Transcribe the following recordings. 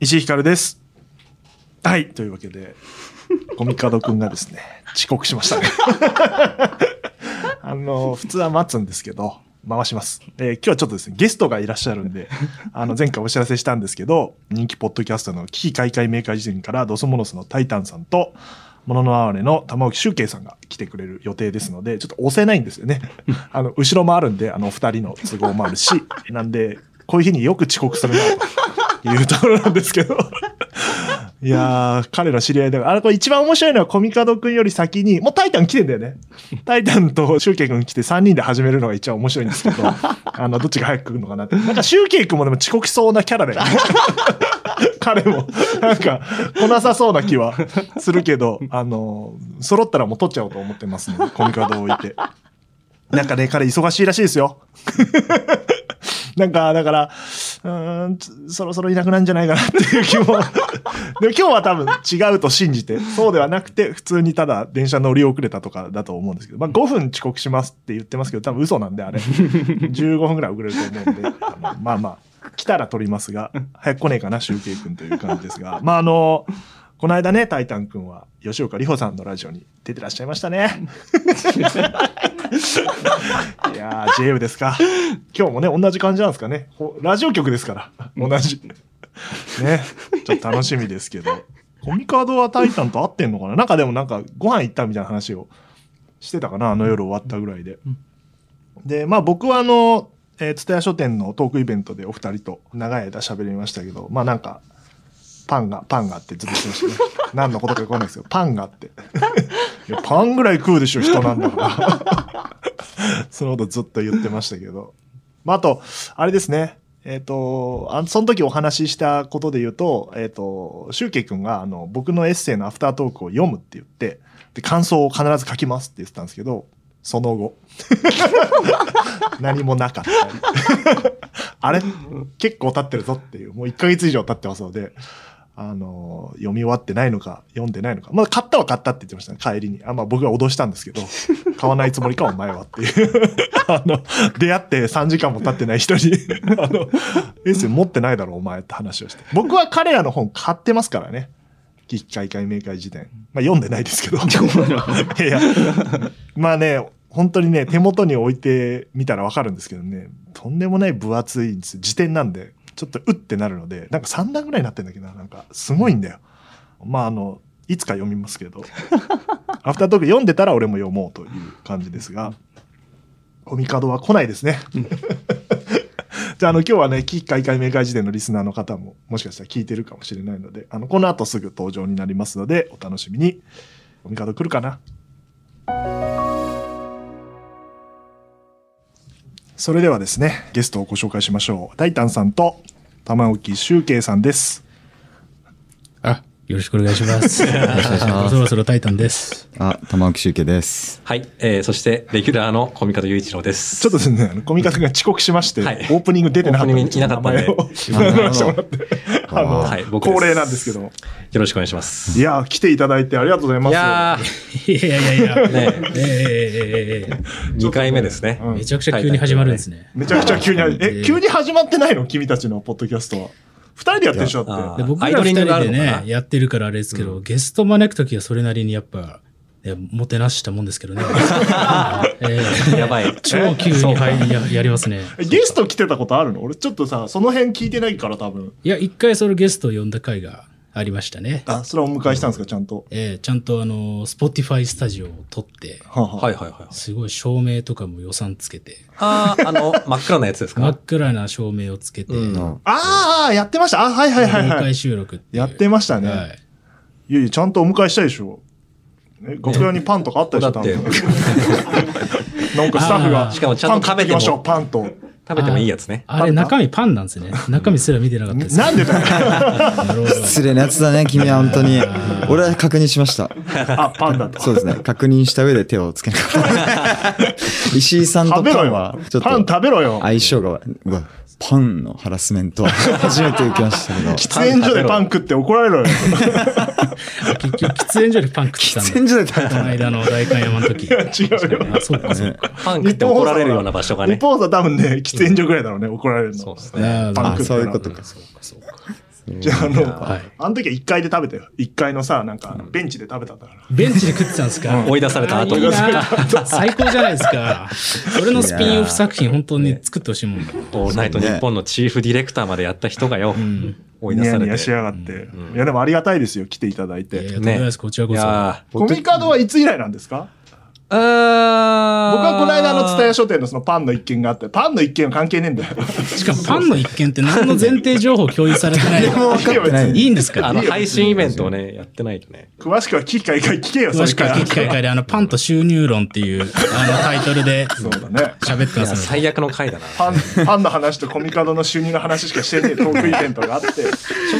石井ひかるです。はい、というわけで、コミカドくんがですね、遅刻しましたね。あの、普通は待つんですけど、回します。えー今日はちょっとですね、ゲストがいらっしゃるんで、あの、前回お知らせしたんですけど、人気ポッドキャストの危機開会明快時点から、ドスモノスのタイタンさんと、もののあわれの玉置周慶さんが来てくれる予定ですので、ちょっと押せないんですよね。あの、後ろもあるんで、あの、お二人の都合もあるし、なんで、こういう日によく遅刻するな、というところなんですけど。いやー、彼ら知り合いだから、あれこれ一番面白いのはコミカドくんより先に、もうタイタン来てんだよね。タイタンとシュウケイくん来て3人で始めるのが一番面白いんですけど、あの、どっちが早く来るのかなって。なんかシュウケイくんもでも遅刻しそうなキャラだよね。彼も、なんか、来なさそうな気はするけど、あの、揃ったらもう取っちゃおうと思ってますので、コミカドを置いて。なんかね、彼忙しいらしいですよ。 なんか、だから、うーん、つそろそろいなくなるんじゃないかなっていう気も。でも今日は多分違うと信じて、そうではなくて、普通にただ電車乗り遅れたとかだと思うんですけど、まあ5分遅刻しますって言ってますけど、多分嘘なんで、あれ。15分ぐらい遅れると思うんで、あのまあまあ、来たら撮りますが、早く来ねえかな、シュウケイ君という感じですが、まああの、この間ね、タイタン君は、吉岡里帆さんのラジオに出てらっしゃいましたね。いやー、JM ですか。今日もね、同じ感じなんですかね。ほラジオ局ですから、同じ。ね、ちょっと楽しみですけど。コミカドはタイタンと合ってんのかななんかでもなんか、ご飯行ったみたいな話をしてたかなあの夜終わったぐらいで。で、まあ僕はあの、えー、蔦屋書店のトークイベントでお二人と長い間喋りましたけど、まあなんか、パンが、パンがあってずっとしてましたね。何のことかわかんないですよ。パンがあって。いや、パンぐらい食うでしょ、人なんだから。 そのことずっと言ってましたけど。まああと、あれですね。えっ、と、あその時お話ししたことで言うと、えっ、と、シュウケイ君が、あの、僕のエッセイのアフタートークを読むって言って、で、感想を必ず書きますって言ってたんですけど、その後。何もなかった。 あれ結構経ってるぞっていう、もう1ヶ月以上経ってますので、あの、読み終わってないのか、読んでないのか。まあ、買ったは買ったって言ってましたね、帰りに。あ、まあ、僕が脅したんですけど、 買わないつもりか、お前はっていう。 あの、出会って3時間も経ってない人に、 あの、エッセイ持ってないだろ、お前って話をして。僕は彼らの本買ってますからね。危機開会明快辞典。まあ、読んでないですけど。 いや、まあね、本当にね、手元に置いてみたらわかるんですけどね、とんでもない分厚いんですよ。辞典なんで、ちょっとうってなるので、なんか3段ぐらいになってんだけどな、なんかすごいんだよ。まああの、いつか読みますけど、アフタートーク読んでたら俺も読もうという感じですが、コミカドは来ないですね。じゃあ、あの、今日はね、危機開会明快時点のリスナーの方も、もしかしたら聞いてるかもしれないので、あの、この後すぐ登場になりますので、お楽しみに。コミカド来るかなそれではですね、ゲストをご紹介しましょう。タイタンさんと、玉置周慶さんです。あ、よろしくお願いします。そろそろタイタンです。あ、玉置周慶です。はい、えー、そしてレギュラーの小見門雄一郎です。ちょっとですね、あのコミカドが遅刻しまして、はいオープニング出てなかったオープニングいなかったんでちょっと名前を名乗らせてもらって、あの、はい僕です恒例なんですけども。よろしくお願いします。いやー、来ていただいてありがとうございまいす。やいやいやいや。ー、ね、えええええ2回目ですね。うんえめちゃくちゃ急に始まるんですね。めちゃくちゃ急に、え、え急に始まってないの君たちのポッドキャストは。二人でやってるでしょだっあて。でー僕らアイド二リングがあ人るでのかねな、やってるからあれですけど、ゲスト招くときはそれなりにやっぱ、いやもてなしたもんですけど ね。ええやばい。超急にはいややりますね。えゲスト来てたことあるの俺ちょっとさ、その辺聞いてないから多分。いや、一回そのゲストを呼んだ回がありましたね。あ、それはお迎えしたんですか、ちゃんと。ええちゃんとあの、Spotify スタジオを撮って、はあはあはいはいはい。すごい照明とかも予算つけて、あー、あの、真っ暗なやつです真かっ暗な照明をつけて、うん。あーあー、やってました。あ、はいはいはい、公は開い。収録っていうやってましたねはいいやいや、ちゃんとお迎えしたでしょ。え、楽屋にパンとかあったでしょ、だ多って 分。 なんかスタッフあが、ーしかもちゃんと食べパン買ってきてもましょう、パンと。 食べてもいいやつね。あれ中身パンなんですね。中身すら見てなかったです。なんでだよ。 なるほど。失礼なやつだね、 君は本当に。俺は確認しました。あ、パンだと。そうですね。 確認した上で手をつけなか った。石井さんと食べパろンよは、ちょ。パンっと食べろよ。相性が悪いうわパンのハラスメント は初めて受けましたけど。喫煙所でパン食って怒られろよ。 結局喫煙所でパン食ってたんだ。喫煙所で食べこの間の代官山の時。違うよ。 あ、そうかそうか。パン食って怒られるような場所が日ね。本放送は多分ね、喫煙所ぐらいだろうね、怒られるの。そうですね。あパンあ、食ってそういうなこかとっか。そうかそうか。じゃあ、あの、はいあの時は1階で食べたよ。1階のさ、なんか、ベンチで食べたんだから。ベンチで食ってたんですか追い出された後いいな最高じゃないですか。それのスピンオフ作品、本当に作ってほしいもんだ。オールナイト日本のチーフディレクターまでやった人がよ、追いニ出ヤさニれヤしやて。がって。うんいや、でもありがたいですよ。来ていただいいやいや、て。とんでもないです。こちらこそ。やコミカドはいつ以来なんですか僕僕ははこの間の蔦屋書店のそのパンの一件があって、パンの一件は関係ねえんだよ。しかもパンの一件って何の前提情報共有されてないも分かってないいいんですかあの配信イベントをね、やってないとね。詳しくは機会が聞けよ、そ詳れしくからは。機会会で、あの、パンと収入論っていう、あの、タイトルでそうだね。喋ってまいやすので。最悪の回だな。パン、パンの話とコミカドの収入の話しかしてねえトークイベントがあって。ちょ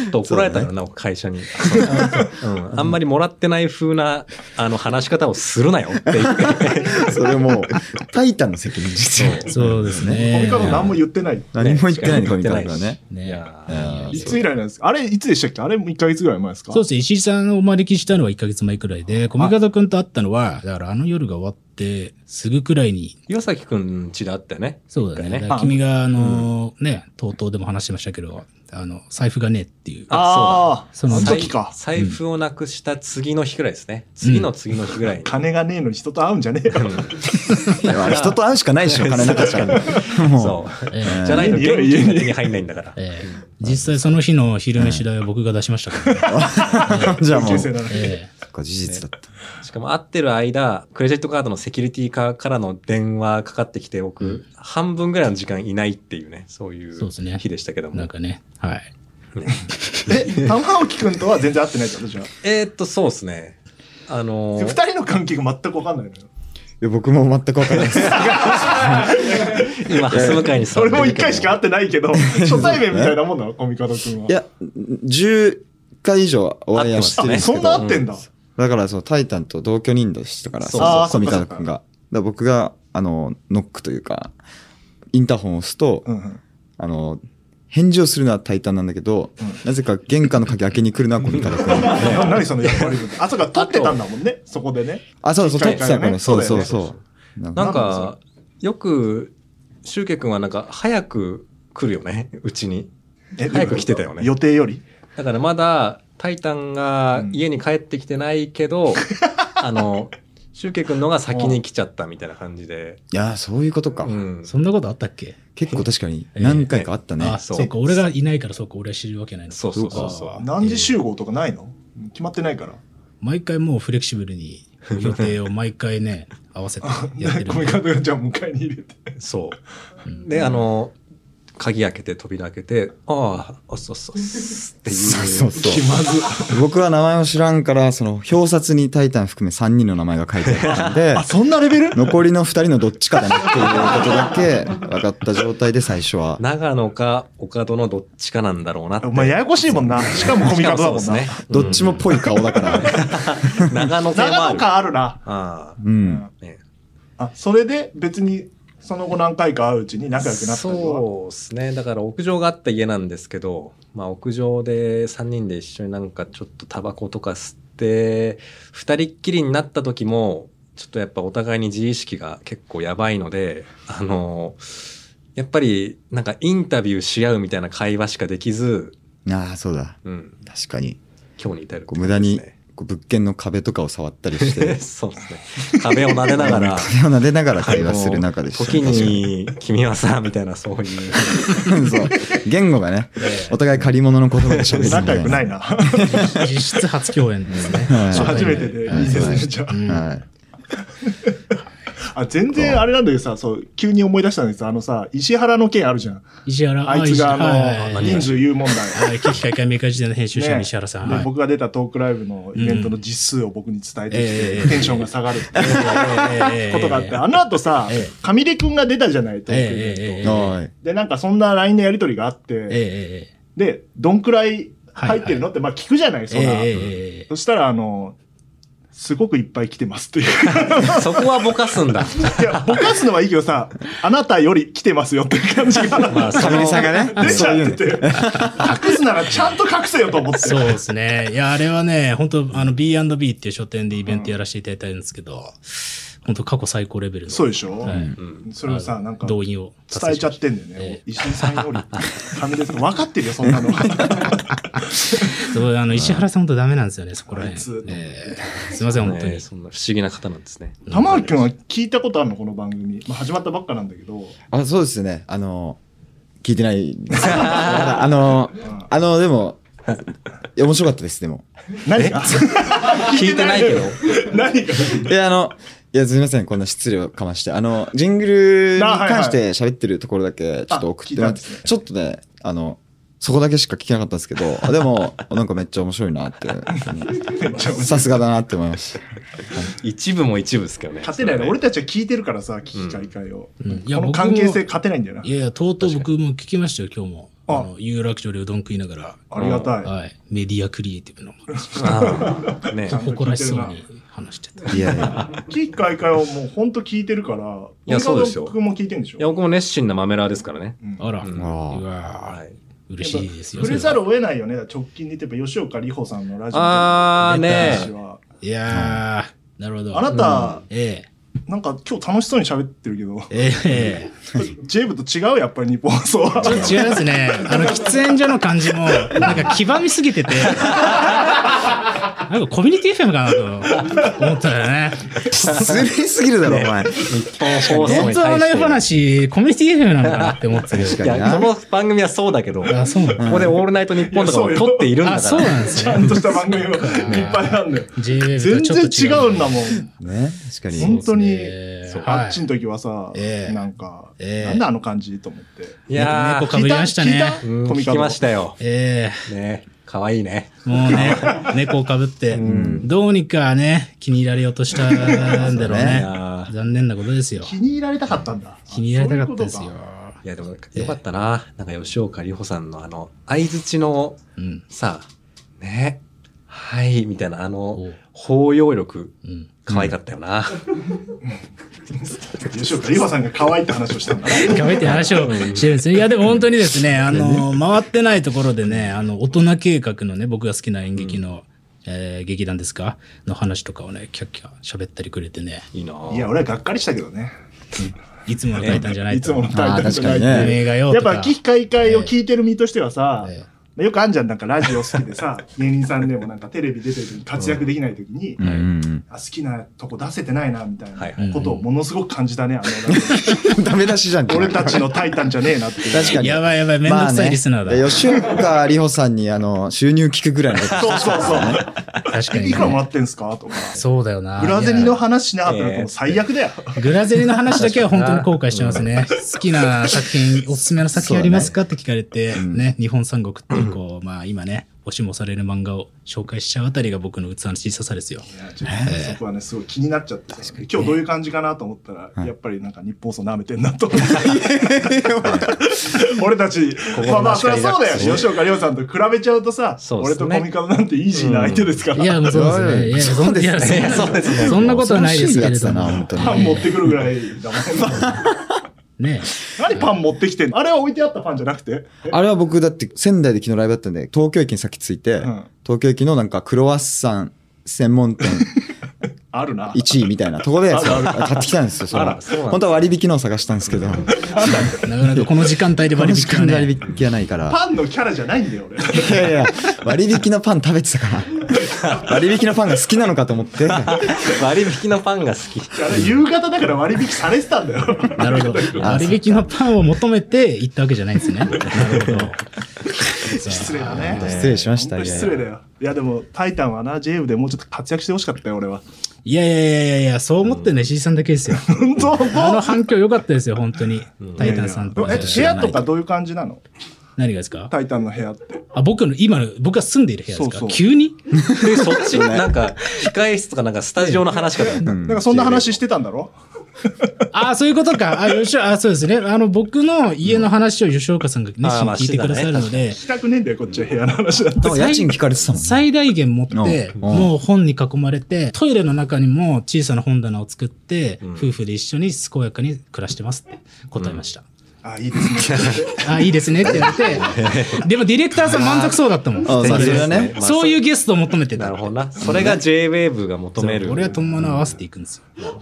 っと怒られたよな、会社に。うんあんまりもらってない風な、あの、話し方をするなよって 言って。それもう、タイタンの責任ですよ。そうですコミねカ。ド何も言ってない。何も言ってないの、コミカ言ドっはてないしね。いねやあいつ以来なんですかあれ、いつでしたっけあれも1ヶ月ぐらい前ですかそうですね。石井さんをお招きしたのは1ヶ月前くらいで、コミカド君と会ったのは、だからあの夜が終わってすぐくらいに、岩崎くん家であったよね。そうだ一ね。回だからあ君が、あの、ね、とうとうでも話してましたけど、あの、財布がねっていう。ああ、そそうだのその時か。財財布をなくした次の日ぐらいですね。次の次の日ぐらいに。金がねえのに人と会うんじゃねえよ。いやあれ人と会うしかないでしょ、金なかったら。もそうええじゃないと現金が手に入んないんだから。ええ実際その日の昼飯代は僕が出しましたからね。う。 じゃあも人う、生そっなのにえか事実だった。しかも会ってる間、クレジットカードのセキュリティ課からの電話かかってきて、僕、半分ぐらいの時間いないっていうね、そういそううですね日でしたけどえも。なんかね、はい。え、玉置くんとは全然会ってないってことじゃん。えーっと、そうですね。あのー二人の関係が全くわかんないのよ。いや僕も全く分からないです。今、蓮向かいに座っ俺てるけども一回しか会ってないけど、初対面みたいなもんなの、コミカド君は。いや、10回以上お会いはしてるんですそけんな会ど、ってんだ。だからそう、タイタンと同居人でしたから、そそううそうあーコミカド君が。だから僕が、あの、ノックというか、インターホンを押すと、うんうんあの、返事をするのはタイタンなんだけど、なぜか玄関の鍵開けに来るのはコミカド君。 な何その役割分担あ、そうか、撮ってたんだもんね、そこでね。あ、そうそう、一撮っ回てたよ、こねれ。そうそうそうだよそう。なんかななんんなんか、よく、シュウケ君はなんか、早く来るよね、 うちに。え早く来てたよね予定より。だからまだ、タイタンが家に帰ってきてないけど、あの、シュウケ君のが先に来ちゃったみたいな感じで。いやー、そういうことか。うんそんなことあったっけ結構確かにええ何回かあったね。あ、そうそうか。俺がいないからそうか。俺は知るわけないのか。そうそうそうそう。何時集合とかないの決まってないから。毎回もうフレキシブルに予定を毎回ね、合わせてやってるコんミで。カドがじゃあ迎えに入れて。そう。で、あの、鍵開けて扉開けて、ああ、おっそっそっすっていう。そうそう気まず。僕は名前を知らんから、その表札にタイタン含め3人の名前が書いてあったんで、 そんなレベル残りの2人のどっちかだなっていうことだけ分かった状態で最初は。長野か岡戸のどっちかなんだろうなって。お前ややこしいもんな。しかもコミカドだもんそうなで。すね。どっちもぽい顔だから。うん長野県も長ある。野かあるな。ああ。うん。ね、あ、それで別に、その後何回か会ううちに仲良くなったとかそうですね。だから屋上があった家なんですけど、まあ屋上で3人で一緒になんかちょっとタバコとか吸って、2人っきりになった時も、ちょっとやっぱお互いに自意識が結構やばいので、あの、やっぱりなんかインタビューし合うみたいな会話しかできず、ああ、そうだ。うん、確かに。今日に至るってこうこと無駄にですね。こう物件の壁とかを触ったりして、 そうですね。壁を撫でながら。壁を撫でながら 会話する中でした、時に、君はさ、みたいな、そういう。確かにそう。言語がね、お互い借り物の言葉で喋る。。仲良くないいな。実質初共演ですね。はい初対初面めてでいいですね、じゃあ。はい。 あ全然あれなんだけどさそう急に思い出したんですあのさ石原の件あるじゃん石原あいつがはあいのはい人数言う問題はい、危機開会明快時代の編集者のね石原さん。ではい僕が出たトークライブのイベントの実数を僕に伝えてきて、うんテンションが下がるってええええええことがあって、あの後さ、ええ上出くんが出たじゃないトえークイベえント、ええええおい。でなんかそんな LINE のやり取りがあって、ええええでどんくらい入ってるのって、まあ聞くじゃないそええんな、ええええそしたらあのすごくいっぱい来てますっていうそこはぼかすんだ。いやぼかすのはいいけどさあなたより来てますよっていう感じがまあ、その神さんがね、出ちそうゃいっうてのて、隠すならちゃんと隠せよと思って。そうですね。いや、あれはね、本当あの、B&B っていう書店でイベントやらせていただいたんですけど、本当過去最高レベルの。そうでしょ、はいうんそれをさ、なんか、動伝員を えちゃってんだよね。石井さんより、神です。分かってるよ、そんなの。そう、あの、石原さん本当ダメなんですよね、そこらあい辺つ。えーすいません、本当ねに。そんな不思議な方なんですね。玉置君は聞いたことあるのこの番組。まあ、始まったばっかなんだけど。あ、そうですね。あの、聞いてない。まだあの、うんあの、でも、いや面白かったです、でも。何が 聞いてないけど。 何がいや、あの、いや、すみません、こんな失礼をかまして。あの、ジングルに関して喋ってるところだけ、ちょっと送ってもらっあて聞いたんですね、ちょっとね、あの、そこだけしか聞けなかったんですけど、でも、なんかめっちゃ面白いなって、めっちゃ面白いさすがだなって思いました。一部も一部ですけどね。勝てないそのれは俺ねたちは聞いてるからさ、聞き会会を。うんい。この関係性勝てないんだよないやいや、とうとう僕も聞きましたよ、今日も。ああの、有楽町でうどん食いながありがたい。ら、はい。メディアクリエイティブの、ああね。誇らしそうに話してた。いやいや、 危機開会をもう本当聞いてるから、いやそうですよ僕も聞いてるんでしょ。いや、僕も熱心なマメラーですからね。うんあら、ううんあわはい。ー嬉しいですよ。触れざるを得ないよね。直近で言えば吉岡里帆さんのラジオあーね話はいやー、なるほど。あなたうんえなんか今日楽しそうに喋ってるけ ど、え、えジェイブと違うやっぱり日本放送は。え、ちょっと違いま すね。あの、喫煙所の感じも、なんか黄ばみすぎてて、なんかコミュニティ FM かなと思ったよね。失礼すぎるだろ、お前。日本放送本に対当はライブして。話、コミュニティ FM なのかなって思ってたけ確ど。かいにや、な。この番組はそうだけど、こ あ、そうなんだ。こでオールナイト日本とかを撮っているんだあ、そかうら。なんですちゃんね。とした番組がいっぱいあるんだよ。 JWAVE 全と然ち違ょうっと違う。んだもん。ね、確かに。本当にええ、そうはいあっちの時はさ、ええなんか、えなえんだあの感じと思って。いや猫ーかぶりましたね聞いたうんコミカ聞ドきましたよ。えね可愛いね。えもう ね、猫をかぶって、んどうにかね、気に入られようとしたんだろういね。やー残念なことですよ。気に入られたかったんだ。気に入られたかったですそういようこ。いや、でもよかったな。なんか吉岡里帆さんのあの、相づちのうん。さ、ね、はい、みたいなあおの、う包容力、うん。可愛かったよな。とか吉岡里帆さんが可愛いって話をしたんだ。やめて話をしてるんですね。いや、でも本当に ですね、あの、回ってないところでね、あの、大人計画のね、僕が好きな演劇の、えー劇団ですかの話とかをね、キャッキャ喋ったりくれてね、いいないや、俺はがっかりしたけどね。いつもの書いたんじゃないいと。つものタイトルじゃないあー確かにっていうね映画よやっとか。ぱ、危機開会を聞いてる身としてはさ、えよくあんじゃん、なんかラジオ好きでさ、芸人さんでもなんかテレビ出てる時に活躍できない時に、うんうんあ好きなとこ出せてないな、みたいはないはいことをものすごく感じたね、あのなんか、うん。ダメ出しじゃん。俺たちのタイタンじゃねえなっていう。確かに。やばいやばい、めんどくさいリスナーまだ。あね吉岡里帆さんに、あの、収入聞くぐらい の。そうそうそう。確かに、いくらもらね。ってんすかとか。そうだよな。ブラゼリのい話しなかったらもう最悪だよ。やグラゼリの話だけは本当に後悔してますね。好きな作品、おすすめの作品ありますかって聞かれて、ね、日本三国っていう、こう、まあ今ね、押しもされる漫画を紹介しちゃうあたりが僕の器の小ささですよ。いやちょっとそこはね、すごい気になっちゃってさ、今日どういう感じかなと思ったら、やっぱりなんか日本層舐めてんなと思って。俺たち、心まあまあ、なしそかりゃリそうだよ。ラックスね吉岡亮さんと比べちゃうとさ、そうっ俺すねとコミカドなんてイージーな相手ですから。いや、もうそうですね。いや、そんいやそんいやそうです ねそんなことはないですけれど恐ろしいやつだなも本。当にパン持ってくるぐらいだもん。ね。何パン持ってきてんのあれは置いてあったパンじゃなくて。あれは僕だって仙台で昨日ライブだったんで、東京駅に先着いて、うん東京駅のなんかクロワッサン専門店あるな。 1位みたいなとこであるある買ってきたんですよ、それあらそうなんだ本当は割引のを探したんですけど、こなかなかこの時間帯で割の引時が間で割ね。引はないから。パンのキャラじゃないんだよ、俺。いやいや、割引のパン食べてたから。割引のパンが好きなのかと思って。あ割引のパンが好き。あれ夕方だから割引されてたんだよ。なるほど。割引のパンを求めて行ったわけじゃないんですね。なるほど。 失礼だね。失礼しました本当に失礼だよ。いやでも、タイタンはな、JF でもうちょっと活躍してほしかったよ、俺は。いやいやいやいやいや、そう思ってね、C さんだけですよ。本当あの反響良かったですよ、本当に。タイタンさんと。え、部屋とかどういう感じなの何がですかタイタンの部屋って。あ、僕の、今の、僕が住んでいる部屋ですそうそかう急にで、そっち、なんか、控え室とかなんかスタジオの話かと思った。なんかそんな話してたんだろああ、そういうことか。あ、吉岡、あそうですね。あの、僕の家の話を吉岡さんが熱あー心まにあ聞いてくださるので、したくねえんだよ、こっちは部屋の話だって。家賃聞かれてたもんね。最大限持って、うんもう本に囲まれて、トイレの中にも小さな本棚を作って、ん夫婦で一緒に健やかに暮らしてますって答えました。あ、いいですね。あ、いいですねって言って、でもディレクターさん満足そうだったもん。あそうそれはね。まあそういうゲストを求めてなたる。ほどな。それが JWAVE が求める。俺は友の合わせていくんですよ。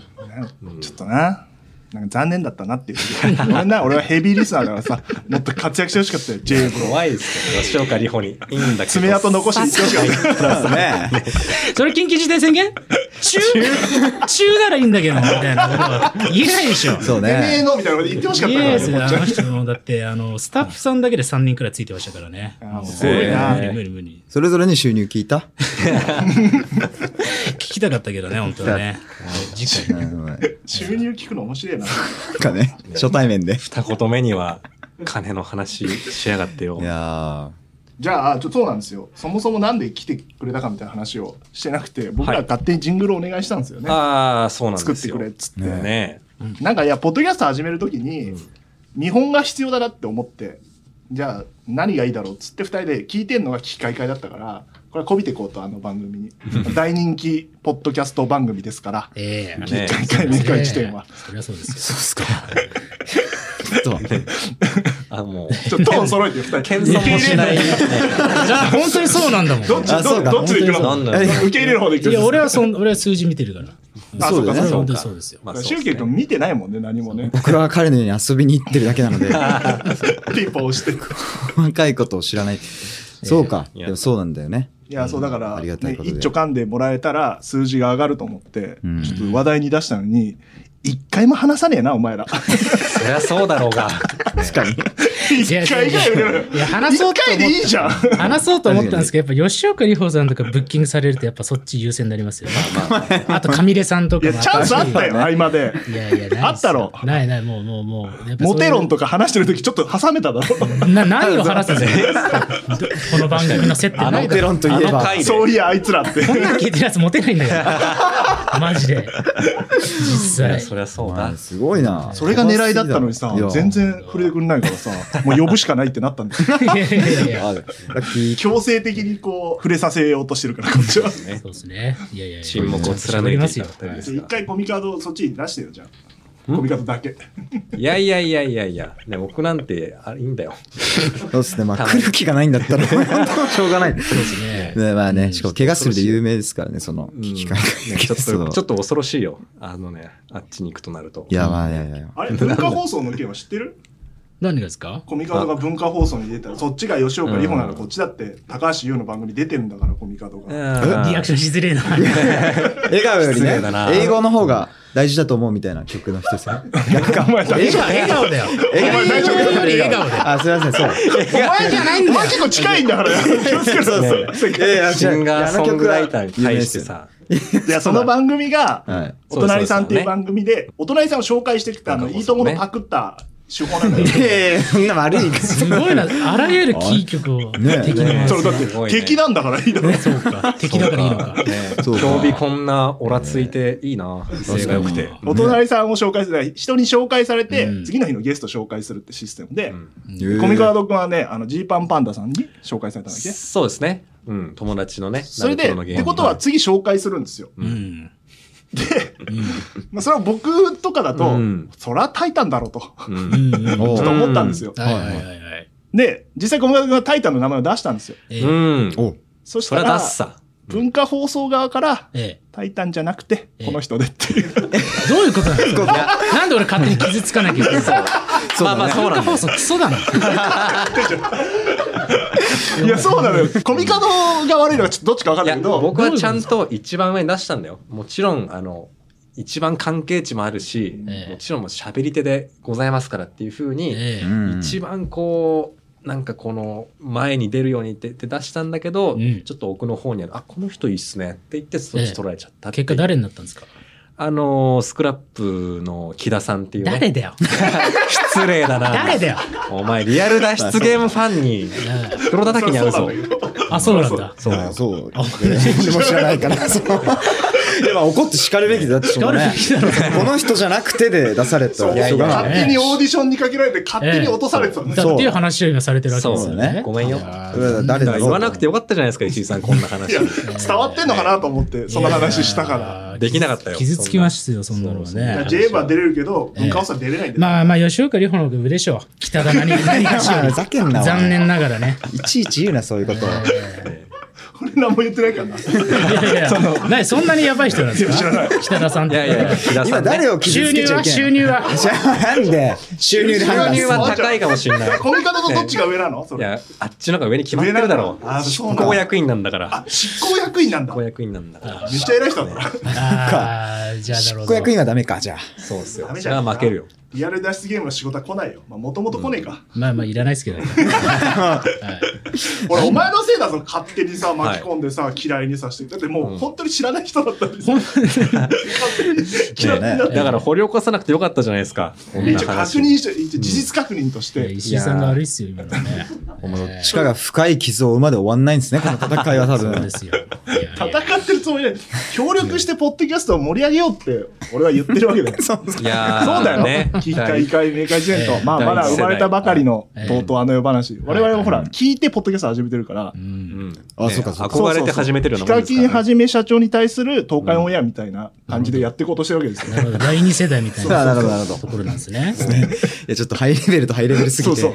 ちょっとな。なんか残念だったなっていう。ごめんな、俺はヘビーリスナーだからさ、もっと活躍してほしかったよ、J 君。怖いですけど、吉岡里帆に。いいんだけど。爪痕残してほしかった。そうね。それ緊急事態宣言中中ならいいんだけど、みたいなこと言えないでしょ。そうてめえね。のみたいなこと言ってほしかったいかやらいねやですね、あの人も、だって、あの、スタッフさんだけで3人くらいついてましたからね。あーすごいな無理無理無理。それぞれに収入聞いた聞きたかったけどね、本当はね。はい次う回。んなん収入聞くの面白いな。かね、初対面で。二言目には、金の話しやがってよい。やじゃあ、ちょそうなんですよ。そもそもなんで来てくれたかみたいな話をしてなくて、僕らはい勝手にジングルお願いしたんですよね。ああ、そうなん作でっすてよ。くれっつって。ねねなんかいや、ポッドキャスト始めるときに、見本が必要だなって思って、じゃあ何がいいだろうっつって二人で聞いてんのが聞き会会だったから、これこびてこうと、あの番組に。大人気ポッドキャスト番組ですから。ええね聞き会会明会地点は。そりゃそうですよ。ーちょっと、あ、もう、ちょっとトーン揃えてよ二人。謙遜もしない。じゃあ、本当にそうなんだもん。どっち、あそうどかどっちで行くなのんだろう受け入れる方でいや、行く俺はそん、俺は数字見てるから。あそうかそうだねそうかそう本当かにそうですよ。まあ、シュウケイ君見てないもんね、何もね。僕は彼のように遊びに行ってるだけなの で、ピンポン押して。い細かいことを知らない。そうか。でもそうなんだよね。や、そうだから、ありねがたいことで一丁噛んでもらえたら数字が上がると思って、うんちょっと話題に出したのに、一回も話さねえな、お 前ら。そりゃそうだろうが。確かに。一回ぐらい売れろよ。いや、話そう一と思回っでいいじゃん。話そうと思ったんですけど、やっぱ吉岡里帆さんとかブッキングされると、やっぱそっち優先になりますよね。あと、上出さんといかや、もチャンスあったよ、合間で。いやいや、ないすよあったろないない、もう、もう、もうやっぱそういう。モテ論 とか話してる時ちょっと挟めただろ。な何を話すんですかこの番組の接点あなのいだテ ろロンといえあのば回、でそういや、あいつらって。こんなん聞いてるやつモテないんだから。マジで。実いや際。そりゃそうまだあ。すごいな。 それが狙いだったのにさいや、全。然触れてくんないからさ、もう呼ぶしかないってなったんだよ。いやいやいや。あラッキー 強制的にこう、触れさせようとしてるから、こっちは。そうですね。いやいやいや。沈黙を貫いていた二人です一が。回コミカードそっちに出してよ、じゃあ。コミカードだけ。いやいやいやいやいや、ね、僕なんて、あいいんだよ。そうですね。ま多あ、分来る気がないんだった ら、本当しょうがない。そうですね。ねまあね、しかも怪我するで有名ですからね、その、うん聞きね換ちょっそと、うちょっと恐ろしいよ。あのね、あっちに行くとなると。いや、まあ、いやいやいや。あれ、文化放送の件は知ってる何がですかコミカドが文化放送に出たら、そっちが吉岡里帆ならこっちだって、高橋優の番組出てるんだから、コミカドうが。んリアクションしづれえな。笑顔より失ね礼だな、英語の方が大事だと思うみたいな曲の人ですね。逆か、お前大笑丈顔笑顔だよ。英前大丈夫より笑顔だよ。あ、すいません、そう。夫。お前じゃないんだよ。お前結構近いんだから、気をつけろよ。シンガーソングライターに対して。いやさ、いや、その番組が、あ違ういやあの曲は有名ですよはい。お隣さんっていう番組で、お隣さんを紹介してきた、あの、そうそういいとものパクった手法なん だよ。いやいやそんな悪い 言いすごいな。あらゆるキー曲を敵ねに回そすれだっすごて、いね敵なんだからいいだろ。そうか。敵だからいいのか。ねそうか興味こんなオラついていいな、かに姿勢が良くて。お隣さんを紹介する、人に紹介されて、うん方次の日のゲスト紹介するってシステムで、方コミカード君はね、あの、ジーパンパンダさんに紹介されたんだっけそうですね。うん、友達のね、それで、ナルトの芸っ人てことは、次紹介するんですよ。うん。まあ、それは僕とかだと、うんそらタイタンだろうと、ううんん。うんおちょっと思ったんですよ。はいはいはいはい。で、実際小村君がタイタンの名前を出したんですよ。ええうん。おそしそたりゃら出、すさ。文化放送側から、えタイタンじゃなくてえ、えこの人でっていう。えどういうことなんですかなんで俺勝手に傷つかなきゃいけないんだまあまあ、そうなんだ放送クソだな。いや、そうな のよ。コミカドが悪いのがちょっとどっちかわかんいないや、けど、僕はちゃんと一番上に出したんだよ。もちろん、あの、一番関係値もあるし、ええもちろんもう喋り手でございますからっていうふうに、ええ一番こうなんかこの前に出るようにってって出したんだけど、うんちょっと奥の方にある「あこの人いいっすね」って言ってそっち取られちゃったっていう結果誰になったんですかあのースクラップの木田さんっていう、ね、誰だよ。失礼だな誰だよ。お前リアル脱出ゲームファンに黒叩きに遭うぞあ、そうなんだ。そうあそう。俺も知らないから、そう。でも怒って叱るべきだって、そのね叱るべきだ この人じゃなくてで出されたそうらしょうがない勝ね。手にオーディションにかけられて、勝手に落とされてたんだですよ。っていう話を今されてるわけですよそうねね。ごめんよいやそれは誰だだろからう言わなくてよかったじゃないですか石井さんこんない話や、伝わってんのかなと思って、そんな話したから。らできなかったよ傷つきますよ、そんなのはそうそういいやね。 J は出れるけど、文化放送は出れないんだよ。まあまあ、吉岡里帆の方が上でしょう。北が何、何がしよまあふざけんなり。お前残念ながらね。いちいち言うな、そういうことを。これ何も言ってないからな。いいやいやそのなそんなにやばい人なんですや、知らかない。北田さんっいて。やい や、木田さ今ん、ね。誰を傷収つ入けちゃはいけない収入は。じゃあなんで収入で判断収す入るは高いかもしれない。コミカドとどっちが上なのそいれ。や、あっちの方が上に決まってる上だろなのあう。そう執なんだ行役員なんだからあ。、執行役員なん執だ。行めっ役員なんだから。ちゃ偉い人だな。ああ、じゃあな執るほど。行役員はダメかじゃあそうですよダ。メじじゃゃあん負けるよ。リアル脱出ゲームの仕事は来ないよ。まあ、もともと来ねえか。まあまあ、いらないですけどね。はい俺、お前のせいだぞ、勝手にさ、巻き込んでさ、嫌いにさして。だってもう、本当に知らない人だったんですよ。そうねだから掘り起こさなくてよかったじゃないですか。こんな一応確話認して、一応事実確認としいやて。石井さんが悪いっすよ、今の ね。えー地下が深い傷を負うまで終わんないんですねこの戦いは多そう分ですよ。いやいや戦ってるつもりで、協力してポッドキャストを盛り上げようって、俺は言ってるわけだよ。そうそういやー、 そうだよねね。。機械会、明快事え件えと、まあ、まだ生まれたばかりのええ冒頭あの世話。我々はほら、聞いてポッドキャスト始めてるからう、うんん。あねそうかそうか憧れて始めてるようヒなもんカですキンかはじめ社長に対する東海オンエアみたいな感じでやっていこうとしてるわけですよ。なるほど。第二世代みたいそうななるほどなるほどところなんですね。いやちょっとハイレベルとハイレベルすぎそうてそ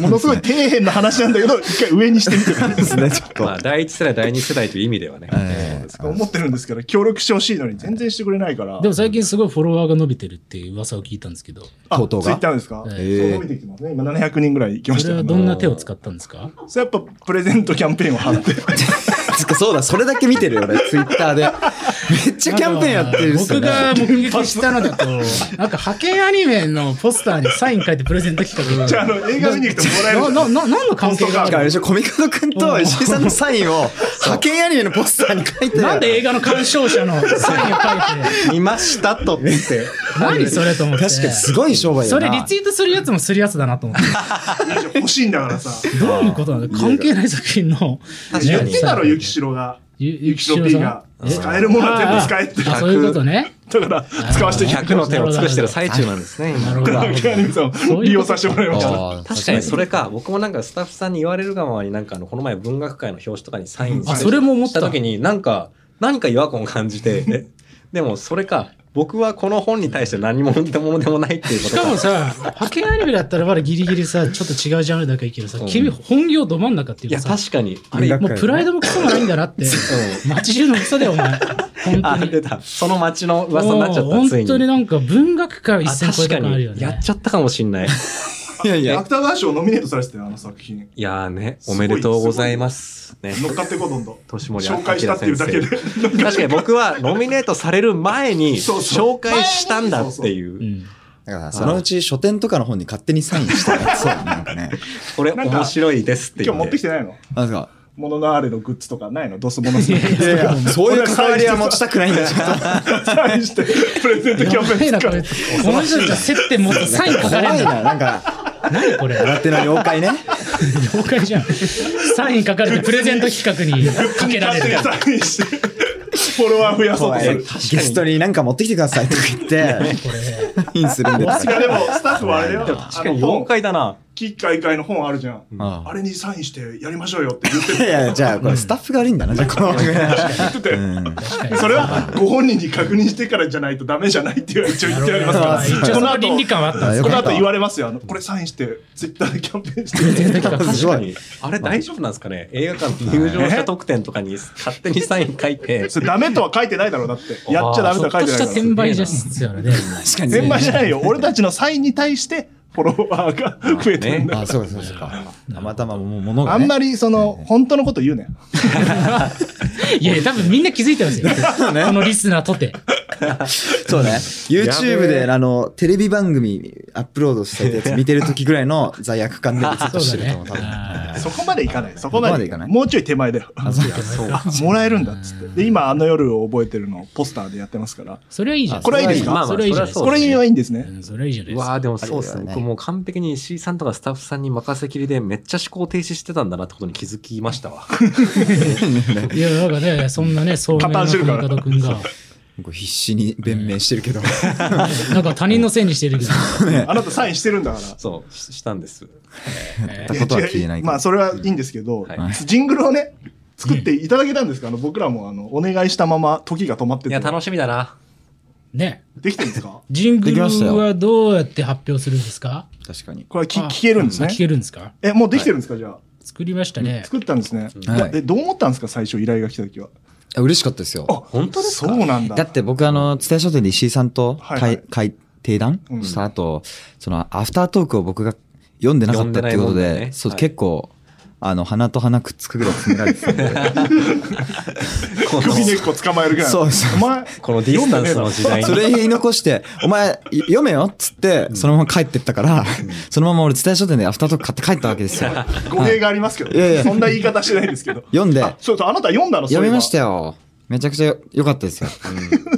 う。ものすごい底辺の話なんだけど、一回上にしてみてるんですそうですねちょっら。と、まあ、第一世代、第二世代という意味ではね。えー思ってるんですけど、協力してほしいのに全然してくれないから。でも最近すごいフォロワーが伸びてるっていう噂を聞いたんですけど、あ、とうとうがツイッターですか、えええそう伸びてきてますね。今700人ぐらい行きましたそれはよ。どんな手を使ったんですかそれやっぱプレゼントキャンペーンを貼って。つうかそうだそれだけ見てるよ俺ツイッターでめっちゃキャンペーンやってるっすよね僕が目撃したのだと、なんか派遣アニメのポスターにサイン書いてプレゼント企画。じゃあ、あの、映画見に行くともらえるな、な、な、何の関係があしかもあれるでしょコミカド君と石井さんのサインを派遣アニメのポスターに書いてなんで映画の鑑賞者の サインを書いて、見ましたとって。何それと思って。確かにすごい商売そだれなリツイートするやつもするやつだなと思って。欲しいんだからさ。どういうことなの関係ない作品の。言ってたろ、ねゆきしろが。ゆゆきしろ P が。え使えるものは全部使えって。ああそういうことね。だから、使わせてきた。 100の手を尽くしてる最中なんですね、今なるほど。アニメさんを利用させてもらいました。あー確かにそれか、僕もなんかスタッフさんに言われるがままに、なんかあの、この前文学界の表紙とかにサインあそれも思っしたた時に、なんか、何か違和感を感 じて、えでもそれか、僕はこの本に対して何も言ったものでもないっていうこしとか。かもさ、派遣アニメだったらまだギリギリさ、ちょっと違うジャンルだからいいけどさう、ん君本業ど真ん中っていいうや、かさ、確かに。あれ、文学もうプライドもクソもないんだなって。街中のクソだよ、お前。本当あ、に出。た。その街の噂になっちゃっもた、うつい本当にに。なんか文学界を一あ、線超え確たか感あるよに。ね。やっちゃったかもし んない。いやいや芥川賞ノミネートされてたよ、あの作品。いやーね、おめでとうございます。ね。乗っかってこう、どんどん。年森紹介したっていうだけで。確かに僕はノミネートされる前にそうそう紹介したんだっていう。うん。だからそのうち書店とかの本に勝手にサインしたやつをなんかね。これ面白いですって今日持言って。ってきてないのなんか、もののあれのグッズとかないのドスモノスのグッいズやいや、 そういう関わりは持ちたくないんだよ。サインして、プレゼントキャンペやーンばいな、使こうれ。。この人たちは接点持ってサイン書か怖れんいだ。な、なんか、何これ。新手の妖怪ね。妖怪じゃん。サイン書かれてプレゼント企画にかけられる。勝手にサインして、フォロワー増やそう怖とすい。るゲ。ストになんか持ってきてくださいとか言って、これ。インするんでとかいやでも、スタッフはあれだよ。確かにあの本妖怪だな。キッカイカイの本あるじゃん。ああれにサインしてやりましょうよって言ってあいやいや、じゃあこれスタッフが悪いんだな、じゃあこの番組は言ってたようん確かにそれはご本人に確認してからじゃないとダメじゃないっていうのは一応言ってありますかなるほど一ら。応こそのの倫理後、観はあったんですこよの後言われますよ。あのこれサインして、ツイッターでキャンペーンして。 プレゼント企画すごい。あれ大丈夫なんですかね映画館の入場者特典とかに勝手にサイン書い て。それダメとは書いてないだろう、だって。やっちゃダメとは書いてないかちょらっとした転売ですよね。確かに。転売じゃないよ。俺たちのサインに対して、フォロワーが増えてるんだ。あ、そうかそうかそうか。たまたまもう物が、ね。あんまり。り、その、本当のこと言うね。いやいや、多分みんな気づいてますよ。このリスナーとて。そうね。YouTube で、あの、テレビ番組アップロードしたやつ見てる時ぐらいの罪悪感でずっそとしてうだるとね思う、多。分。あーそこまでいかない。そこまでいかない。そこまでいかないもうちょい手前だよ。あ、そうか。あ、 もらえるんだっつって。で、今、あの夜を覚えてるのをポスターでやってますから。それはいいじゃん。あこれはいいですかまあまあそれはいいじゃないですか。これはいいんですね。うんそれはいいじゃないうですわか。ーでもそうですありね。がとうね僕もう完璧に石井さんとかスタッフさんに任せきりでめっちゃ思考停止してたんだなってことに気づきましたわ。いや、なんかね、そんなね、そうな加担してるから中田君が、こう必死に弁明してる けど。なんか他人のせいにしてるけ ど。あなたサインしてるんだから。そう、ししたんです。ったことは消え ないやまあそれはいいんですけど、はいジングルをね作っていただけたんですかあの僕らもあのお願いしたまま時が止まってていや、楽しみだな。ね。できてるんですかジングできルましたよはどうやって発表するんですか確かに。 これは聞あ聞けるんですね聞けるんですかえもうできてるんですか、じゃあ作りましたね。作ったんですね、はいでどう思ったんですか最初依頼が来た時はあ嬉しかったですよ。本当ですかそうなんだだって僕あの、伝え書店で石井さんとはい対、はい会定談うんした後、そのアフタートークを僕が読んでなかったっていうこと読んでないもで、んだねそう、はい結構、あの、鼻と鼻くっつくぐらい詰められてたんで こ首根っのこ捕まえるぐらいそうそうお前このディスタンスの時代にそれ言い残して、お前、い読めよっつって、そのまま帰ってったから、そのまま俺伝え書店でアフタートーク買って帰ったわけですよ。語弊がありますけど、いやいやそんな言い方してないですけど 読んで、あそうそうあなた読んだの読みましたよよ。めちゃくちゃ良かったですよ。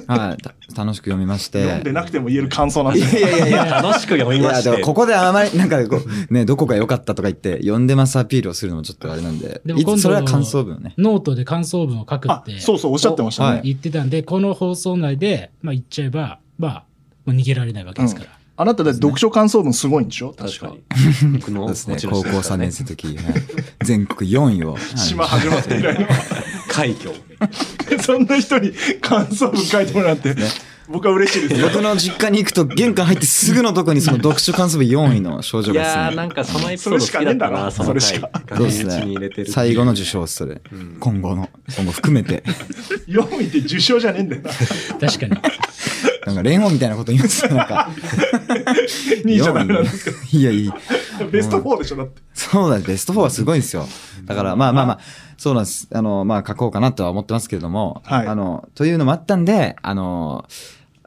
はい、た楽しく読みまして。読んでなくても言える感想なんでいやいやいや。楽しく読みいまや、でしたもよここであまり、なんかこう、ね、ど こが良かったとか言って、読んでますアピールをするのもちょっとあれなんで、でもい今つ度それは感想文をね。ノートで感想文を書くあってそうそうおっしゃってましたね、はい言ってたんで、この放送内で、まあ言っちゃえば、まあ、もう逃げられないわけですから。あなただって読書感想文すごいんでしょ確確かかにに僕のそうですね持、ち高主校ですか3らね年生の時、はい全国4位を。はい島始まって以来快挙のそんな人に感想文書いてもらって僕は嬉しいですよ僕の実家に行くと玄関入ってすぐのとこにその読書感想文4位の少女いがや住ーんなんかそのエピそソーれドし好かきねえだんっだたななそのそれし回かそう確です実に入れてね。る最後の受賞それ。今後の、今後含めて。読みって受賞じゃねえんだよな 確かに。なんか蓮舫みたいなこと言いますね、なん か。 2位じゃダメなんですか4位いや、いい。ベスト4でしょだってそうだね、ベスト4はすごいんですよ。だから、まあまあまあ、そうなんです。あの、まあ書こうかなとは思ってますけれども、はいあの、というのもあったんで、あの、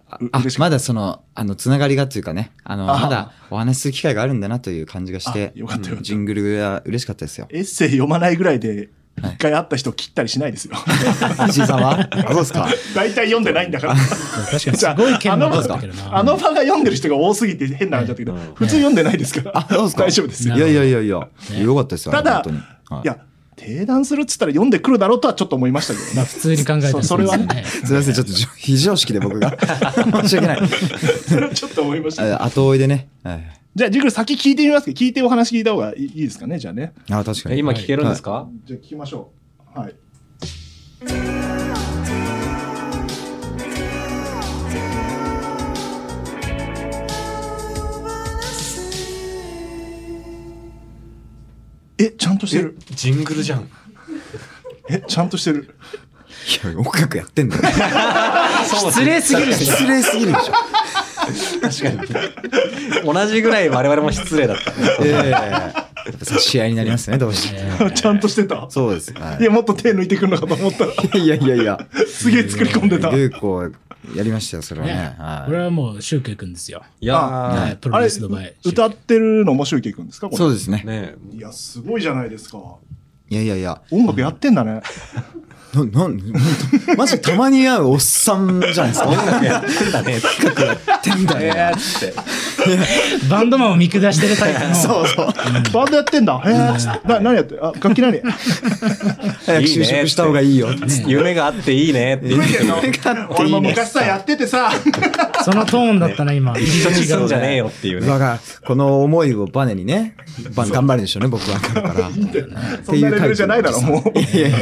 あう、あ嬉しいまだその、あの、つながりがというかね、あの、あまだお話しする機会があるんだなという感じがして、あよかったよかった。ジングルが嬉しかったですよエッセイ読まないぐらいではい一回会った人を切ったりしないですよ 石井さんは あ、そうですか。大体読んでないんだから確かに、すごい剣あののこ場とだけどな。あの場が読んでる人が多すぎて変な話だったけど、うん普通読んでないですから、あ、そうですか。大丈夫ですよ。いやいやいやいや、よかったですよ。ただ本当に。はいいや、提談するっつったら読んでくるだろうとはちょっと思いましたけどまあね。普通に考えたそらそれはねですよすいません、ちょっとじょ非常識で 僕が。申し訳ない。それはちょっと思いました。あ後追いでね。はいじゃあ、ジグル先聞いてみますけど、聞いてお話聞いた方がいいいいですかね、じゃあね。あ、確かえに。今聞けるんですかじゃあ聞きましょう。はい。え、ちゃんとしてる。ジングルじゃんえ、ちゃんとしてる。いや、音楽やってんだよ。失礼すぎる失礼すぎるでしょ。同じぐらい我々も失礼だったねええやっぱ差し合いになりますね、どうしても。ちゃんとして た。そうです。はいや、もっと手抜いてくるのかと思ったら、いやいやいや。すげえ作り込んでた。ルーコやりましたよ、それはねね。ねはこれはもう、シュウケイ君ですよ。いやプロデュースドバイ。歌ってるのも周期いくんですかこい。れそうですねー。ねいや、すごいじゃないですか。いやいやいや。音楽やってんだね。な、な、なんマジたまに会うおっさんじゃ ないですか。音楽やえだねってんだよ。バンドマンを見下してるタ イプの。そうそう。バンドやってんだ。へえ。な、何やってあ、楽器何早く就職した方がいいよ。ね夢があっていいねって言っていや 俺も昔さ、やっててさ。そのトーンだったな、今。一緒にすんじゃねえよっていうねだから、この思いをバネにね、ば頑張るんでしょうね、僕は。 から。そんなレベルじゃないだろ、もう。いやいやいや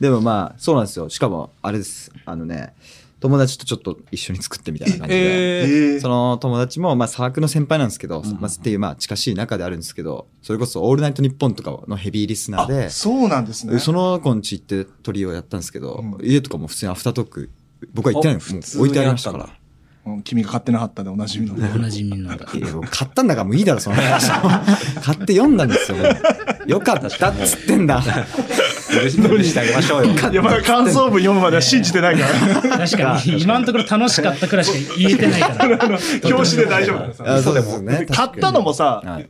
でもまあ、そうなんですよ。しかも、あれです。あのね、友達とちょっと一緒に作ってみたいな感じで。えーええその友達も、まあ、サークルの先輩なんですけど、まあ、っていう、まあ、近しい中であるんですけど、それこそ、オールナイトニッポンとかのヘビーリスナーであ、そうなんですね。その子んち行ってトリをやったんですけど、うん家とかも普通にアフタートーク、僕は行ってないの、あもう普通に置いてありましたかあっら。うん君が買ってなかったで、おなじみの。おなじみの。いやもう買ったんだからもういいだろ、その話。買って読んだんですよ、もうよかったっつってんだ。無理してあげましょうよいや、まだ感想文読むまでは信じてないから。 確かに、今のところ楽しかったくらいしか言えてないから。表紙で大丈夫だからあそうですよね。さ買ったのもさ、はい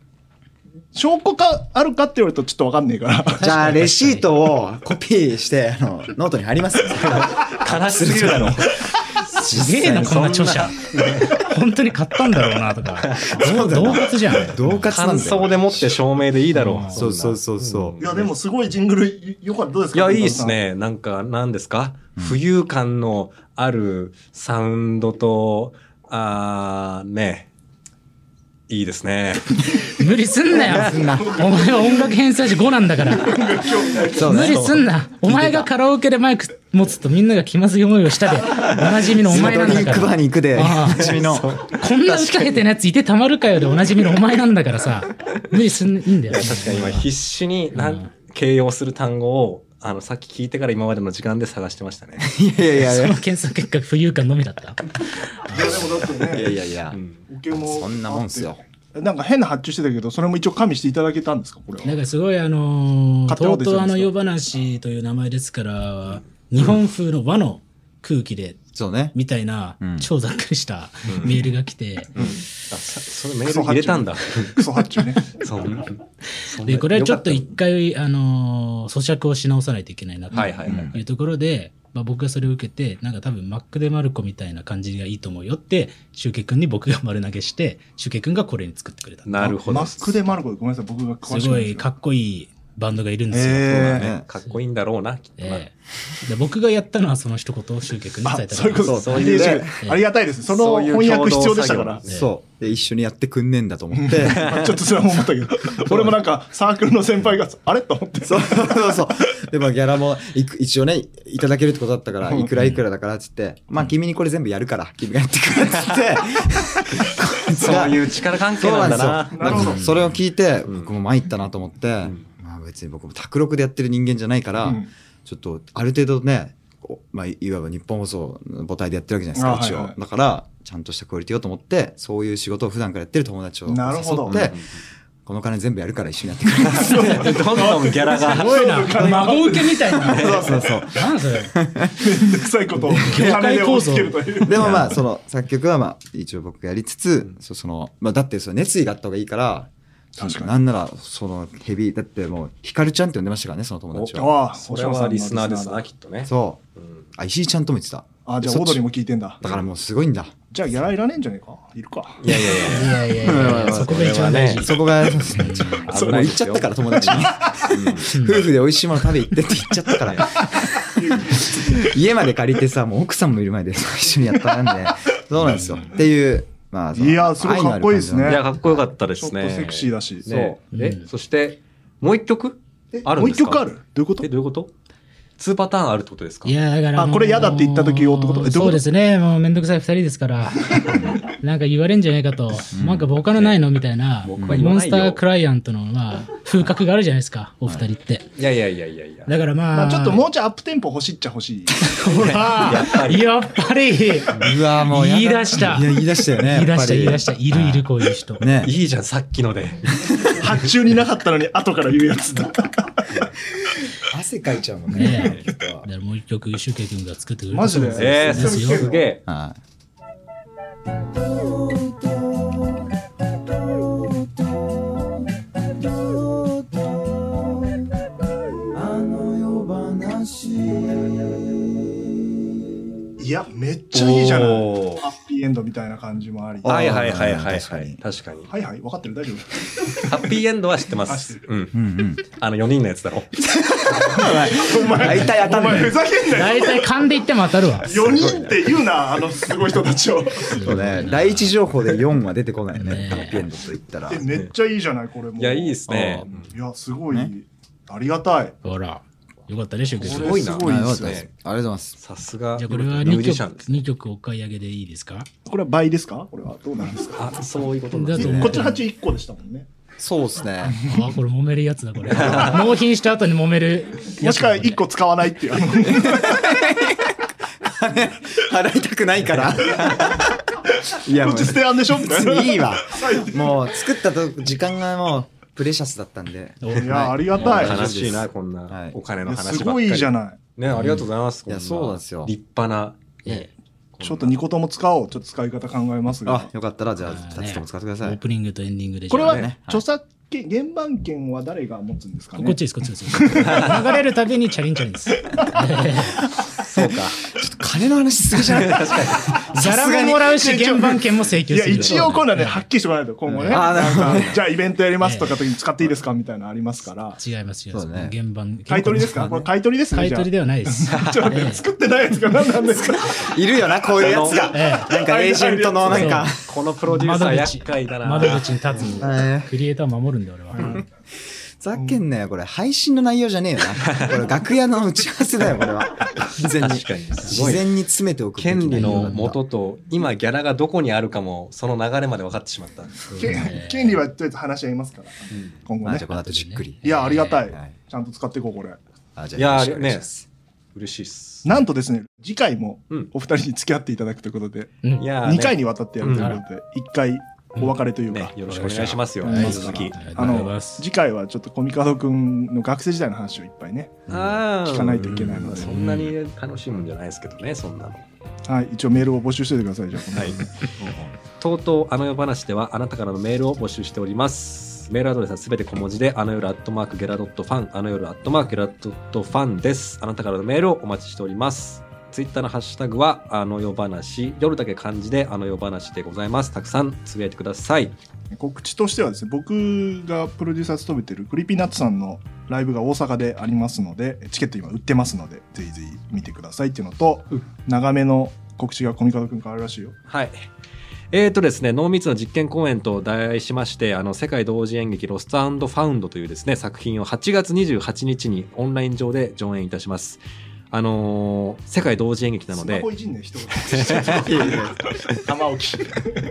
証拠かあるかって言われるとちょっとわかんねえから。じゃあ、レシートをコピーして、あの、ノートに貼ります。悲しすぎるだろすげえな、こんな著者。本当に買ったんだろうな、とか。 そうだな動物じゃん。 同活なん感だよ。想でもって証明でいいだろうそうそうそうそうい。や、でもすごいジングル、よかった。どうですいかや、いいです。ね。なんか、何ですか、浮遊感のあるサウンドと、あー、ね。いいですね。無理すんなよすんなお前は音楽偏差値5なんだからそう無ね理すんなお前がカラオケでマイク持つとみんなが気まずい思いをしたでおなじみのお前なんだドリンクかバーらに行くで、ああ君の。こんな歌下手なやついてたまるかよでおなじみのお前なんだからさ無理すんいいんだよ確かに今必死になうんん形容する単語をあのさっき聞いてから今までの時間で探してましたね。いやいやいそやの、検索結果浮遊感のみだっもただってねいやいやいやう、んオケもそんなもんっすよ。なんか変な発注してたけど、それも一応加味していただけたんですか、これなんは。かすごいあのー勝手なことうとと言っうてまあのすよ夜話という名前ですから、日本風の和の空気で、そうね。みたいなうん、超ざっくりしたメールが来て、あさそれメール入れたんだ。クソ発注ね。そんなそんなで、これはちょっとよか一回、あのー咀嚼をし直さないといけないなたはいはいはい。というところで、まあ、僕がそれを受けて、なんか多分マックでマルコみたいな感じがいいと思うよって、シュウケ君に僕が丸投げして、シュウケ君がこれに作ってくれた。 なるほど。マックでマルコでごめんなさい、僕が詳しすくなごいでいすかっこいいバンドがいるんですよ。ええねかっこいいんだろうな、きっとな。ええで僕がやったのはその一言をシュウケ君に伝えあ、たそういうことそうそうリいレうーシねョンありがたいです。そのそういう翻訳必要でしたか共ら同。ねそう。で、一緒にやってくんねえんだと思 って。まあちょっとそれも思ったけど、俺もなんかサークルの先輩が、あれと思って。そうそうそう。で、まあ、ギャラもいく一応ね、いただけるってことだったから、いくらいくらだからっつって、まあ、君にこれ全部やるから、君がやってくれっつって、こいつそがういう力関係そうなんだな。なんですよ。なるほどなんかそれを聞いて、うん僕も参ったなと思って、んまあ別に僕も卓録でやってる人間じゃないから、うんちょっとある程度ね、こうまあ、いわば日本放送の母体でやってるわけじゃないですあか、一応、はいはいだから、ちゃんとしたクオリティをと思って、そういう仕事を普段からやってる友達を誘なるほどって、この金全部やるから一緒にやって くれますって。 どんどんギャラが。すすごごいいなな。孫受けみたいな。そうそうそう。なんそれ。めんどくさいことを金で押し付けるという。でもまあ、その作曲はまあ、一応僕がやりつつ、そその、まあだってその熱意があった方がいいから、確かになんなら、そのヘビー、だってもう、ヒカルちゃんって呼んでましたからね、その友達は。ああ、それはリスナーですな、きっとね。そう。うんあ、石井ちゃんとも言ってた。あ、じゃあそオっーちドリーも聞いてんだ。だからもうすごいんだ。じゃあギャラいらねえんじゃねえか。いるか。いやいやいや。いやいやいやいや、そこが一番大事。そこが、そうですね。危もうな言いっですちよゃったから友達に。夫婦で美味しいもの食べ行ってって言っちゃったから。家まで借りてさ、もう奥さんもいる前でそう一緒にやったんで。そうなんですよ。っていう、まあ、そのいやすごい愛のあかるっこいいですね感いじや、かっこよかったでちょっすとね。セクシーだし。ねそうえうんそして、もう一曲ああるるんもうで一すか曲あるどういうことえ、どういうことツーパターンあるってことですかいや、だから。あこれ嫌だって言った時用ってことえどういうことそうですね。もうめんどくさい二人ですから。 なんか言われんじゃないかと。なんか他のないのみたいな。僕は言わモンないスよタークライアントの、まあ、風格があるじゃないですか。お二人って。いやいやいやいやいや。だからままあ。あちょっともうちょいアップテンポ欲しいっちゃ欲 しい。ほらやっぱり。うわもうやだ言い出したいや、言い出したよね。言い出した、言いやっぱり出した。いるいる、こういう人。ねい。いじゃん、さっきので。発注になかったのに後から言うや つだ。汗かいちゃうもんねね。だからもう一曲、シュウケイ君が作ってくれたマジでそうえー、ですすよ。げえ。はいいや、めっちゃいいじゃない。おーハッピーエンドみたいな感じもあり。ははいはいはいはいはい。確かに確かに。いはい、分かってる大 丈夫。ハッピーエンドは知ってまあ知すっ。てううん。んうん。あの、4人のやつだろ。大体当たおんな前いふざけんなよ。大体勘で言っても当たるわ。 4人って言うな、あのすごい人たちを。そうね、第一情報で4は出てこないよねね。ハッピーエンドと言ったらえ。めっちゃいいじゃない、これも。いや、いいですね。うんいや、すごい、ねありがたい。ほら。よかったね、シュウケイこ君れ。ごいなすごいあよでかっすたですね。ありがとうございます。さすが、じゃあこれはミュ2ージシャンで曲す。二曲お買い上げでいいですかこれは倍ですかこれはどうなんですかあ、そういうことなんだでとす思うね。こっちの発注1個でしたもんね。そうですね。 ああ、これ揉めるやつだ、これ。 納品した後に揉めるもやしつくはだ。 1個使わないっていう。あの払いたくないから。いや、こもっうち捨てあんでしょみたい別な。にい いわ。いもう作ったと時間がもうプレシャスだったんで。おいや、ありがたい。悲しいな、こんはないお金のいや話ばっかり。すごいいいじゃない。ね、ありがとうございます。うんいやこそうなんですよ立派な。ねちょっと2個とも使おう。ちょっと使い方考えますがあ、。よかったらじゃあまあね2つとも使ってくだオさーい。プニングとエンディングでじこゃれあはね著作権、原版権は誰が持つんですかねこっちです、こっちです。流れるたびにチャリンチャリンです。そうちょっとか。金の話すぎじゃ ない確かに。ザラももらうし、原版権も請い求や、する。一応今度はね、はっきりしてもらえないと、今後ね。あーなるほどなんかじゃあイベントやりますとか時に使っていいですかみたいなのありますから。違いますよ。そうだね原版。 買い取りですかこれ買い取りですね。買い取りで。ではないです。 ちょっと待って、作ってないやつが何なんですかいるよな、こういうやつが。えなんかエージェントの なんか。このプロデューサー厄介だな。窓口に立つ。えークリエイターを守るんだよ、俺は。ざっけんなよ、これ。配信の内容じゃねえよな。これ、楽屋の打ち合わせだよ、これ は。完全に。確かにすご事い前に詰めておくべき権利内容だのった元と、今ギャラがどこにあるかも、その流れまで分かってしまっ た。け権利はとりあえず話し合いますから。今後まあ、ねじゃあ、。この後じっくり。いや、ありがたいはい。ちゃんと使っていこう、これ。あじいやゃあ、ー、ねね。、嬉しいっす。なんとですね、次回もうんお二人に付き合っていただくということで、うんいやーね2回にわたってやるということで、1回お別れというかね、、よろしくお願いしますよ、うん引き続き。ありがあとうございの、ます。次回はちょっとコミカドくんの学生時代の話をいっぱいね、あー聞かないといけないのでそんなに楽しむんじゃないですけどね、そんなの。はい、一応メールを募集しておいてください、じゃあこのはい。とうとうあの世話ではあなたからのメールを募集しております。メールアドレスはすべて小文字で、あの夜アットマークゲラドットファン、あの夜アットマークゲラドットファンです。あなたからのメールをお待ちしております。ツイッターのハッシュタグは、あの夜話、夜だけ漢字で、あの夜話でございます。たくさんつぶやいてください。告知としてはですね僕がプロデューサー務めてるクリピーナッツさんのライブが大阪でありますのでチケット今売ってますのでぜひぜひ見てくださいっていうのと、うん長めの告知がコミカドくんからあるらしいよはい。えーとですね、濃密の実験公演と題しまして、あの、世界同時演劇ロストファウンドというですね、作品を8月28日にオンライン上で上演いたします。あのー世界同時演劇なのスマでホ、いじんね人が玉置い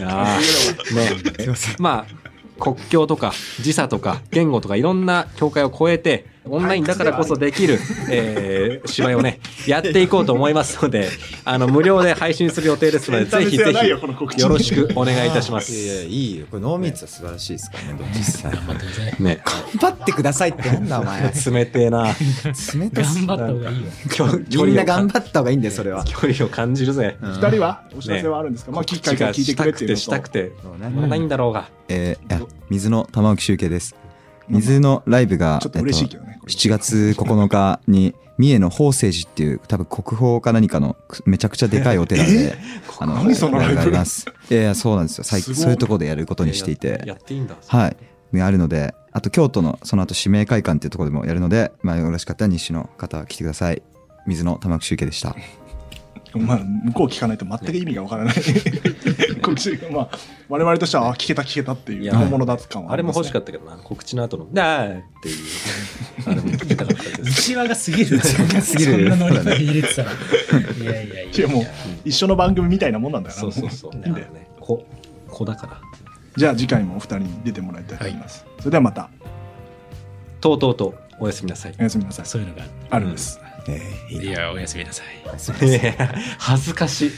やー ねまあ、国境とか時差とか言語とかいろんな境界を超えて、オンラインだからこそできる、えー芝居をね、やっていこうと思います ので、あの、無料で配信する予定ですので、ぜひぜエンタメ性はないよこの告知ひ、よろしくお願いいたします。いやいや、いいよ。これ、濃密は素晴らしいですからね、実 際。頑頑張ってください。ね。張ってくださいってなんだ、お 前。冷て えな。冷たす頑張った方が いいよ。距離ぎみんな頑張張った方がいいんだよ、それは。距離を感じるぜ。うん2人はお知らせはあるんですか、まあ機会が聞いてくれっていうのとしたくて、したそくうて。ねまだないんだろうが。えーいや水の玉置集計です。水のライブが、ちょっと嬉しいけどねえっと7月9日に、三重の宝生寺っていう、多分国宝か何かのくめちゃくちゃでかいお寺 で、あの、何そのライブがあります。いやいや、そうなんですよ。最すご近、いそういうところでやることにしていややて、っていいんだ。はい。ねあるので、あと京都の、その後、指名会館っていうところでもやるので、まあ、よろしかったら日誌の方は来てください。水の玉置集計でした。まあ、向こう聞かないと全く意味がわからない告知がまあ我々としてはあ聞けた聞けたっていいうや本物だった感はあれも欲しかっったけどな、告知の後の、だーっていう。あれも聞きたかったです。内輪が過ぎる。内輪が過ぎるそんなノリで入れてた ら。いやいやいや。いやもう一緒の番組みたいなもんなんだよな そうそうそう。いいんだよね。子、子だから。じゃあ次回もお二人に出てもらいたいと思います。それではまたとうとうと、おやすみなさいお。やすみなさい。そういうのがああるんです。えーいいる。いや、おやすみなさい。 いや恥ずかしい。